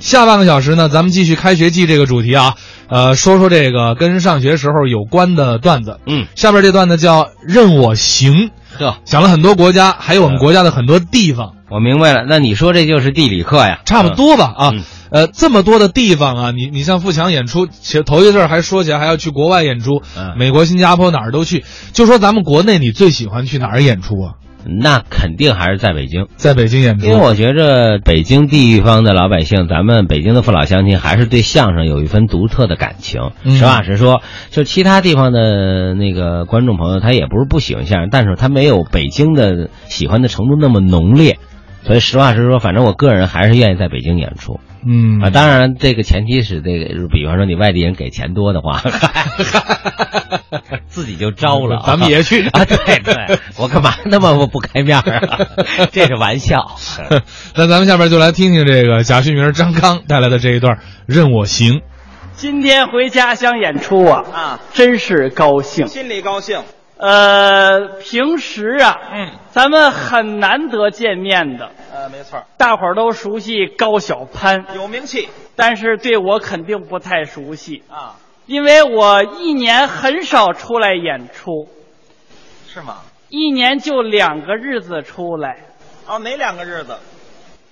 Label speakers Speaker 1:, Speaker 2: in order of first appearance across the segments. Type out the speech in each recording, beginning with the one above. Speaker 1: 下半个小时呢，咱们继续开学季这个主题啊，呃，说说这个跟上学时候有关的段子。
Speaker 2: 嗯，
Speaker 1: 下边这段呢叫“任我行
Speaker 2: 呵”，，
Speaker 1: 讲了很多国家，还有我们国家的很多地方，
Speaker 2: 我明白了。那你说这就是地理课呀？
Speaker 1: 差不多吧啊
Speaker 2: 嗯。
Speaker 1: 呃，这么多的地方啊，你你像富强演出，其实头一阵儿还说起来还要去国外演出，
Speaker 2: 嗯
Speaker 1: 美国、新加坡哪儿都去。就说咱们国内，你最喜欢去哪儿演出啊？
Speaker 2: 嗯，那肯定还是在北京，
Speaker 1: 在北京演出
Speaker 2: 因为，我觉着北京地方的老百姓，咱们北京的父老乡亲，还是对相声有一份独特的感情。
Speaker 1: 嗯
Speaker 2: 实话实说，就其他地方的那个观众朋友，他也不是不喜欢相声，但是他没有北京的喜欢的程度那么浓烈。所以实话实说，反正我个人还是愿意在北京演出
Speaker 1: 嗯
Speaker 2: 啊。当然，这个前提是这个，比方说你外地人给钱多的 话，自己就招了啊。
Speaker 1: 咱们也去
Speaker 2: 啊，对对，我干嘛那么不开面儿 啊？这是玩笑。
Speaker 1: 那咱们下边就来听听这个贾旭明、张康带来的这一段《任我行》。
Speaker 3: 今天回家乡演出啊，
Speaker 4: 啊，
Speaker 3: 真是高兴。
Speaker 4: 心里高兴。
Speaker 3: 呃，平时啊，
Speaker 4: 嗯，
Speaker 3: 咱们很难得见面的，
Speaker 4: 呃，没错儿，
Speaker 3: 大伙儿都熟悉高晓攀，
Speaker 4: 有名气
Speaker 3: 但是对我肯定不太熟悉，
Speaker 4: 啊，
Speaker 3: 因为我一年很少出来演出，
Speaker 4: 是吗？
Speaker 3: 一年就两个日子出来，
Speaker 4: 哦，哪两个日子？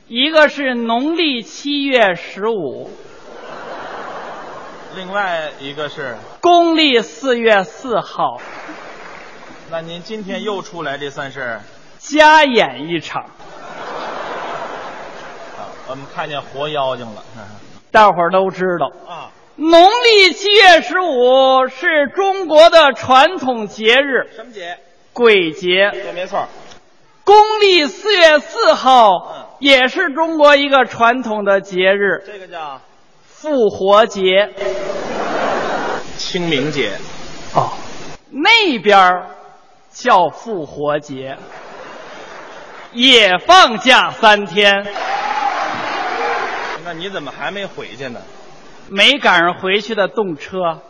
Speaker 3: 一个是农历七月十五，
Speaker 4: 另外一个是，
Speaker 3: 公历四月四号，
Speaker 4: 那您今天又出来，这算是
Speaker 3: 加演一场。
Speaker 4: 啊，我们看见活妖精了。
Speaker 3: 大伙儿都知道，
Speaker 4: 啊，
Speaker 3: 农历七月十五是中国的传统节日
Speaker 4: 什么节？
Speaker 3: 鬼节，
Speaker 4: 对，没错儿，
Speaker 3: 公历四月四
Speaker 4: 嗯
Speaker 3: 号也是中国一个传统的节日
Speaker 4: 这个叫
Speaker 3: ——复活节。
Speaker 4: 清明节。
Speaker 3: 哦，那边儿叫复活节，也放假三天，
Speaker 4: 那你怎么还没回去呢？
Speaker 3: 没赶上回去的动车。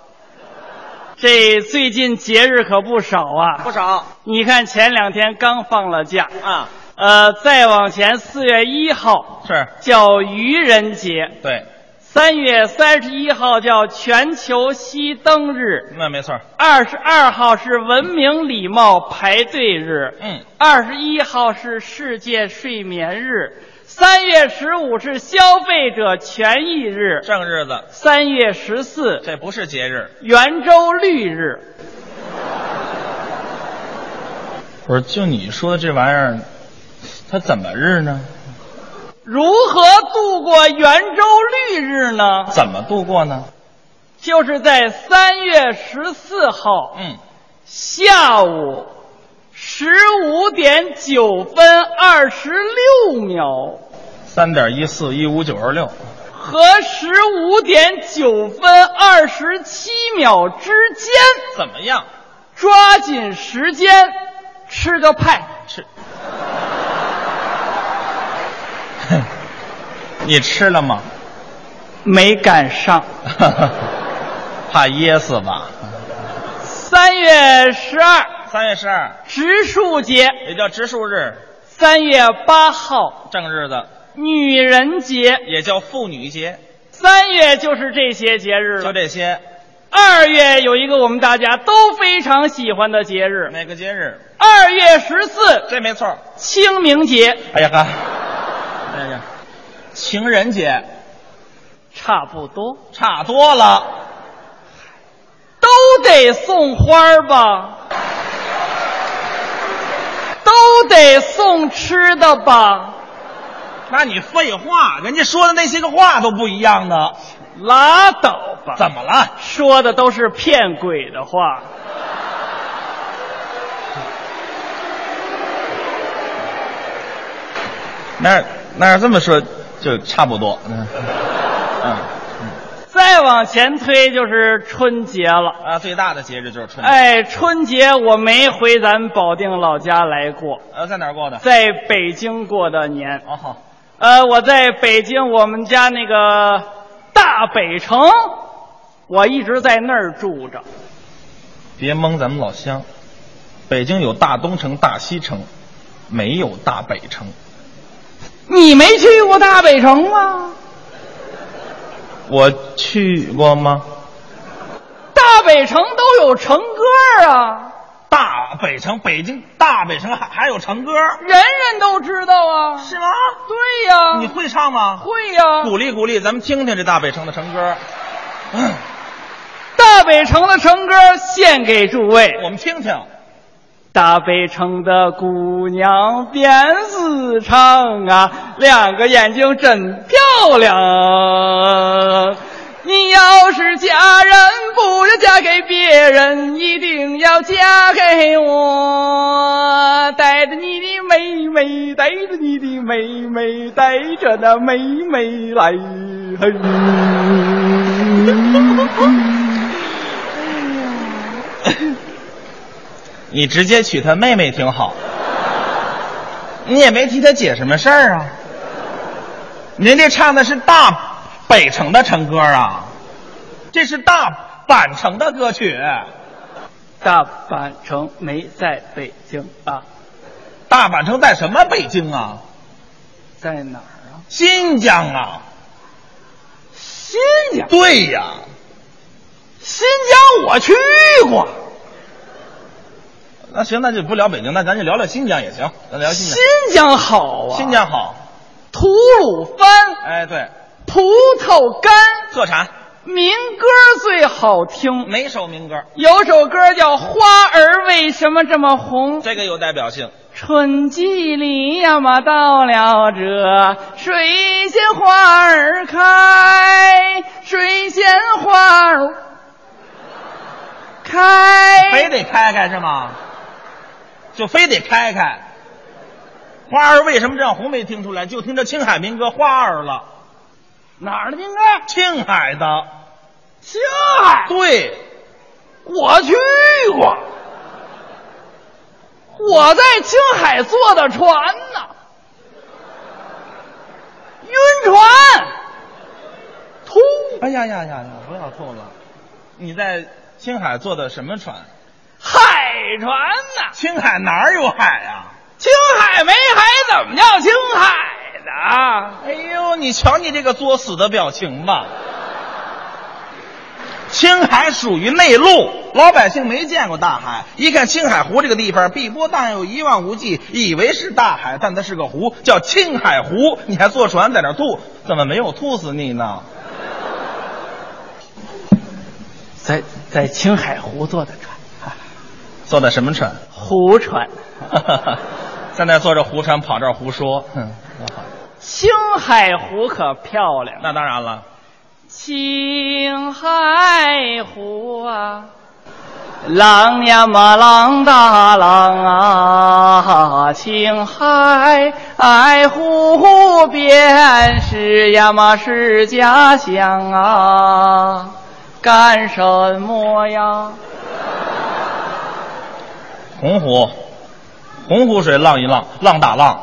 Speaker 3: 这最近节日可不少啊！
Speaker 4: 少
Speaker 3: 你看前两天刚放了假，
Speaker 4: 啊，
Speaker 3: 呃，再往前，四月一号
Speaker 4: 是，
Speaker 3: 叫愚人节，
Speaker 4: 对，
Speaker 3: 三月三十一号叫全球熄灯日，
Speaker 4: 那没错儿。
Speaker 3: 二十二号是文明礼貌排队日，
Speaker 4: 嗯，
Speaker 3: 二十一号是世界睡眠日，三月十五是消费者权益日，
Speaker 4: 正日子，
Speaker 3: 三月十四
Speaker 4: 这不是节日，
Speaker 3: 圆周率日。
Speaker 4: 不是？就你说的这玩意儿，它怎么日呢？
Speaker 3: 如何度过圆周率日呢？
Speaker 4: 怎么度过呢？
Speaker 3: 就是在三月十四号。
Speaker 4: 嗯，
Speaker 3: 下午十五点九分二十六秒
Speaker 4: 三点一四一五九二六，
Speaker 3: 和十五点九分二十七秒之间，
Speaker 4: 怎么样？
Speaker 3: 抓紧时间吃个派。
Speaker 4: 吃？ 你吃了吗？
Speaker 3: 没赶上。
Speaker 4: 怕噎死吧？
Speaker 3: 三月十二
Speaker 4: 三月十二，
Speaker 3: 植树节，
Speaker 4: 也叫植树日，
Speaker 3: 三月八号
Speaker 4: 正日子，
Speaker 3: 女人节，
Speaker 4: 也叫妇女节，
Speaker 3: 三月就是这些节日
Speaker 4: 就
Speaker 3: 了。
Speaker 4: 这些。
Speaker 3: 二月有一个我们大家都非常喜欢的节日，
Speaker 4: 哪个节日？
Speaker 3: 二月十四
Speaker 4: 这没错。
Speaker 3: 清明节
Speaker 4: 哎呀哈，哎呀，情人节
Speaker 3: 差不多，
Speaker 4: 差多了。
Speaker 3: 都得送花儿吧，都得送吃的吧，
Speaker 4: 那你废话，人家说的那些个话都不一样呢。
Speaker 3: 拉倒吧！
Speaker 4: 怎么了？
Speaker 3: 说的都是骗鬼的话。
Speaker 4: 那儿那儿这么说就差不多。嗯嗯
Speaker 3: 再往前推就是春节了。
Speaker 4: 啊，最大的节日就是春节。
Speaker 3: 哎，春节我没回咱保定老家来过，
Speaker 4: 呃，在哪儿过的？
Speaker 3: 在北京过的年。
Speaker 4: 哦，好
Speaker 3: 呃，我在北京，我们家那个大北城，我一直在那儿住着。
Speaker 4: 别蒙咱们老乡，北京有大东城、大西城，没有大北城。
Speaker 3: 你没去过大北城吗？
Speaker 4: 我去过吗？
Speaker 3: 大北城都有城歌啊，
Speaker 4: 大北城，北京大北城还还有城歌，
Speaker 3: 人人都知道啊。
Speaker 4: 是吗？
Speaker 3: 对呀、
Speaker 4: 你会唱吗？
Speaker 3: 会呀、
Speaker 4: 鼓励鼓励，咱们听听这大北城的城歌。嗯，
Speaker 3: 大北城的城歌献给诸位。
Speaker 4: 我们听听。
Speaker 3: 大北城的姑娘辫子长啊，两个眼睛真漂亮啊。你要是嫁人，不要嫁给别人，一定要嫁给我。带着你的妹妹，带着你的妹妹，带着那妹妹来。嘿。
Speaker 4: 你直接娶她妹妹挺好，你也没替她姐什么事儿啊。您这唱的是大北城的城歌啊，这是大阪城的歌曲，
Speaker 3: 大阪城没在北京啊，
Speaker 4: 大阪城在什么北京啊？
Speaker 3: 在哪儿啊？
Speaker 4: 新疆啊？
Speaker 3: 新疆，
Speaker 4: 对呀、
Speaker 3: 新疆我去过，
Speaker 4: 那行，那就不聊北京，那咱就聊聊新疆也行，咱聊新
Speaker 3: 新
Speaker 4: 疆。
Speaker 3: 疆好啊，
Speaker 4: 新疆好，
Speaker 3: 吐鲁番、
Speaker 4: 哎，对，
Speaker 3: 葡萄干，
Speaker 4: 特产
Speaker 3: 民歌最好听。
Speaker 4: 哪首民歌？
Speaker 3: 有首歌叫《花儿为什么这么红》，
Speaker 4: 这个有代表性。
Speaker 3: 春季里呀嘛到了这，水仙花儿开，水仙花儿开，
Speaker 4: 非得开开是吗？就非得开开。花儿为什么这样红？没听出来，就听这青海民歌《花儿》了，
Speaker 3: 哪儿的民歌？
Speaker 4: 青海的。
Speaker 3: 青海。
Speaker 4: 对，
Speaker 3: 我去过，我在青海坐的船呢，晕船，吐，
Speaker 4: 哎呀呀呀呀，不要吐了！你在青海坐的什么船？
Speaker 3: 海船呢？
Speaker 4: 青海哪儿有海啊？
Speaker 3: 青海没海怎么叫青海呢？
Speaker 4: 哎呦，你瞧你这个作死的表情吧！青海属于内陆，老百姓没见过大海。一看青海湖这个地方，碧波荡漾，一望无际，以为是大海，但它是个湖，叫青海湖。你还坐船在那儿吐，怎么没有吐死你呢？
Speaker 3: 在在青海湖坐的船，
Speaker 4: 坐的什么船？
Speaker 3: 湖船。
Speaker 4: 在那儿坐着湖船，跑这儿胡说。嗯，
Speaker 3: 青海湖可漂亮了，啊
Speaker 4: 那当然了，
Speaker 3: 青海湖啊，浪呀嘛浪大浪啊，青海湖边是呀嘛是家乡啊，干什么呀？
Speaker 4: 洪湖，洪湖水浪一浪，浪打浪。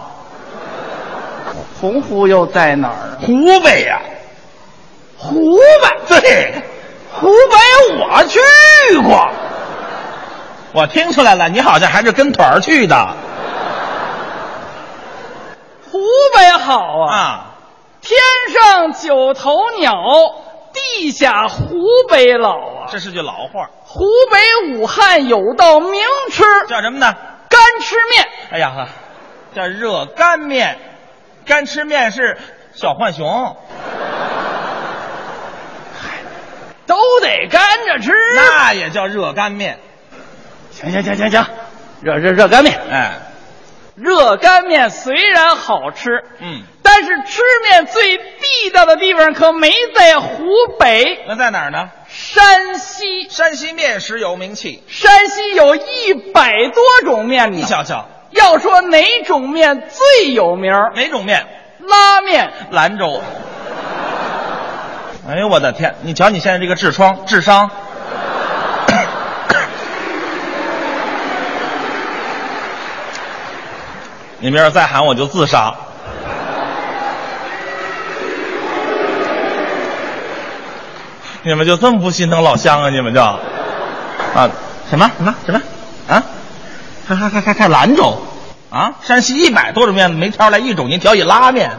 Speaker 3: 洪湖又在哪儿啊？
Speaker 4: 湖北呀、
Speaker 3: 湖北，
Speaker 4: 对，
Speaker 3: 湖北我去过，
Speaker 4: 我听出来了，你好像还是跟团儿去
Speaker 3: 啊
Speaker 4: 的
Speaker 3: 湖北好啊
Speaker 4: 啊？
Speaker 3: 天上九头鸟，地下湖北佬啊！
Speaker 4: 这是句老话，
Speaker 3: 湖北武汉有道名吃
Speaker 4: 叫什么呢？
Speaker 3: 干吃面，
Speaker 4: 哎呀，叫热干面，干吃面是小浣熊，
Speaker 3: 都得干着吃。
Speaker 4: 那也叫热干面。
Speaker 3: 嗯行行行行行，热热热干面，
Speaker 4: 哎，
Speaker 3: 热干面虽然好吃，
Speaker 4: 嗯，
Speaker 3: 但是吃面最地道的地方可没在湖北，
Speaker 4: 那在哪儿呢？
Speaker 3: 山西。
Speaker 4: 山西面食有名气，
Speaker 3: 山西有一百多种面
Speaker 4: 你
Speaker 3: 呢，
Speaker 4: 瞧瞧
Speaker 3: 要说哪种面最有名儿，
Speaker 4: 哪种面？
Speaker 3: 拉面。
Speaker 4: 兰州。哎呦我的天！你瞧你现在这个痔疮、智商， 你们要是再喊我就自杀。你们就这么不心疼老乡啊？你们就啊什么什么什么啊？还还还还还兰州啊？山西一百多种面子没挑出来一种，您挑一拉面。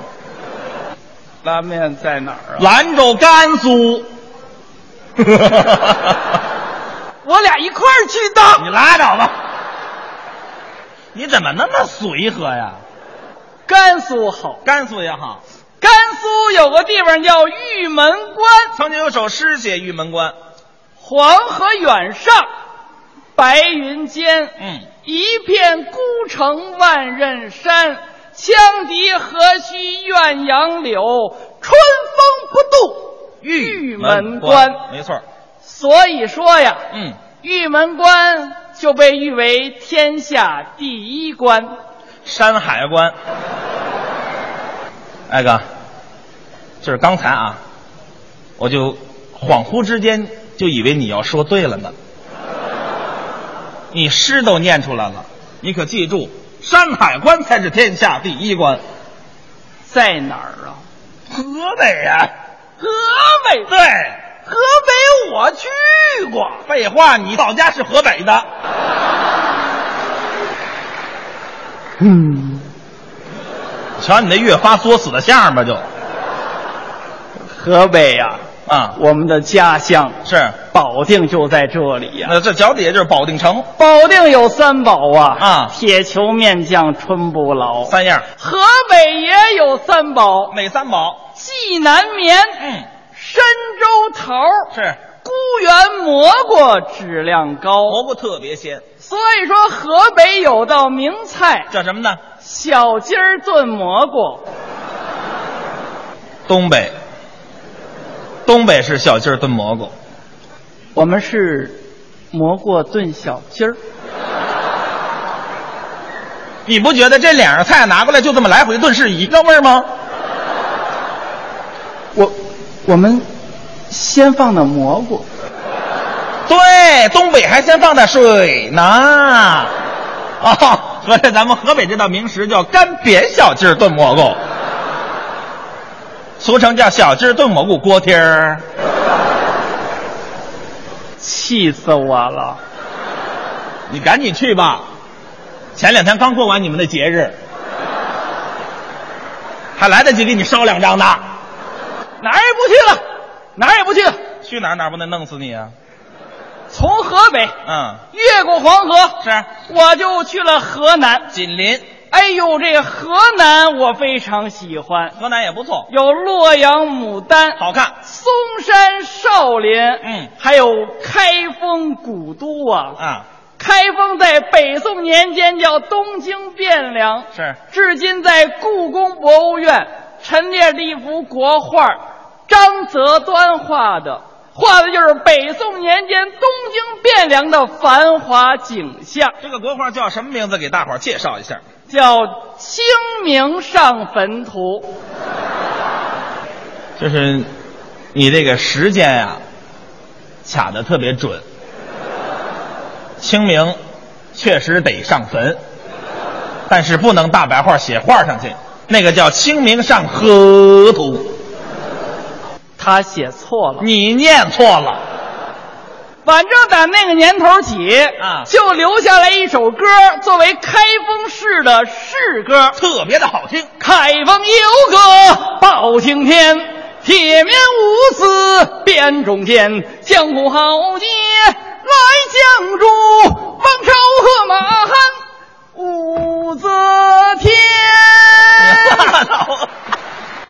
Speaker 3: 拉面在哪儿啊？
Speaker 4: 兰州、甘肃。
Speaker 3: 我俩一块儿去的。
Speaker 4: 你拉倒吧！你怎么那么随和呀？
Speaker 3: 甘肃好，
Speaker 4: 甘肃也好，
Speaker 3: 甘肃有个地方叫玉门关，
Speaker 4: 曾经有首诗写玉门关，
Speaker 3: 黄河远上，白云间，
Speaker 4: 嗯，
Speaker 3: 一片孤城万仞山。羌笛何须怨杨柳，春风不度玉门关。
Speaker 4: 没错。
Speaker 3: 所以说呀，
Speaker 4: 嗯，
Speaker 3: 玉门关就被誉为天下第一关。
Speaker 4: 山海关。哎哥，就是刚才啊，我就恍惚之间就以为你要说对了呢。你诗都念出来了，你可记住，山海关才是天下第一关。
Speaker 3: 在哪儿啊？
Speaker 4: 河北呀、
Speaker 3: 河北，
Speaker 4: 对，
Speaker 3: 河北我去过。
Speaker 4: 废话，你老家是河北的。
Speaker 3: 嗯，
Speaker 4: 瞧你那越发作死的相儿吧，就
Speaker 3: 河北呀、
Speaker 4: 啊，
Speaker 3: 我们的家乡
Speaker 4: 是
Speaker 3: 保定就在这里呀、
Speaker 4: 那这脚底下就是保定城
Speaker 3: 保定有三宝啊，
Speaker 4: 啊
Speaker 3: 铁球面酱春不老。
Speaker 4: 三样，
Speaker 3: 河北也有三宝：
Speaker 4: 哪三宝？
Speaker 3: 济南棉、
Speaker 4: 嗯，
Speaker 3: 深州桃、
Speaker 4: 是
Speaker 3: 沽源蘑菇，质量
Speaker 4: 蘑
Speaker 3: 高。
Speaker 4: 菇特别鲜，
Speaker 3: 所以说，河北有道名菜
Speaker 4: 叫什么呢？
Speaker 3: 小鸡儿炖蘑菇。
Speaker 4: 东北，东北是小鸡儿炖蘑菇，
Speaker 3: 我们是蘑菇炖小鸡儿，
Speaker 4: 你不觉得这两样菜拿过来就这么来回炖是一个味儿吗？
Speaker 3: 我我们先放的蘑菇，
Speaker 4: 对，东北还先放点水呢。哦，合着咱们河北这道名食叫干煸小鸡儿炖蘑菇，俗称叫小鸡儿炖蘑菇锅贴儿。
Speaker 3: 气死我了！
Speaker 4: 你赶紧去吧，前两天刚过完你们的节日，还来得及给你烧两张呢。
Speaker 3: 哪儿也不去了，哪儿也不去了。
Speaker 4: 去哪儿哪儿不能弄死你啊？
Speaker 3: 从河北
Speaker 4: 嗯，
Speaker 3: 越过黄河，
Speaker 4: 是
Speaker 3: 我就去了河南。
Speaker 4: 紧邻
Speaker 3: 哎呦，这个河南我非常喜欢，
Speaker 4: 河南也不错，
Speaker 3: 有洛阳牡丹，
Speaker 4: 好看
Speaker 3: 嵩山少林，
Speaker 4: 嗯
Speaker 3: 还有开封古都啊。
Speaker 4: 啊。
Speaker 3: 开封在北宋年间叫东京汴梁，
Speaker 4: 是
Speaker 3: 至今在故宫博物院陈列着一幅国画，张择端画的，画的就是北宋年间东京汴梁的繁华景象，
Speaker 4: 这个国画叫什么名字？给大伙儿介绍一下。
Speaker 3: 叫《清明上坟图》。
Speaker 4: 就是你这个时间呀、卡的特别准。清明确实得上坟，但是不能大白话写画上去，那个叫《清明上河图》，
Speaker 3: 他写错了，
Speaker 4: 你念错了。
Speaker 3: 反正打那个年头起
Speaker 4: 啊
Speaker 3: 就留下来一首歌作为开封市的市歌。
Speaker 4: 特别的好听，
Speaker 3: 开封有个包青天，铁面无私辨忠奸，江湖豪杰来相助，王朝和马汉武则天。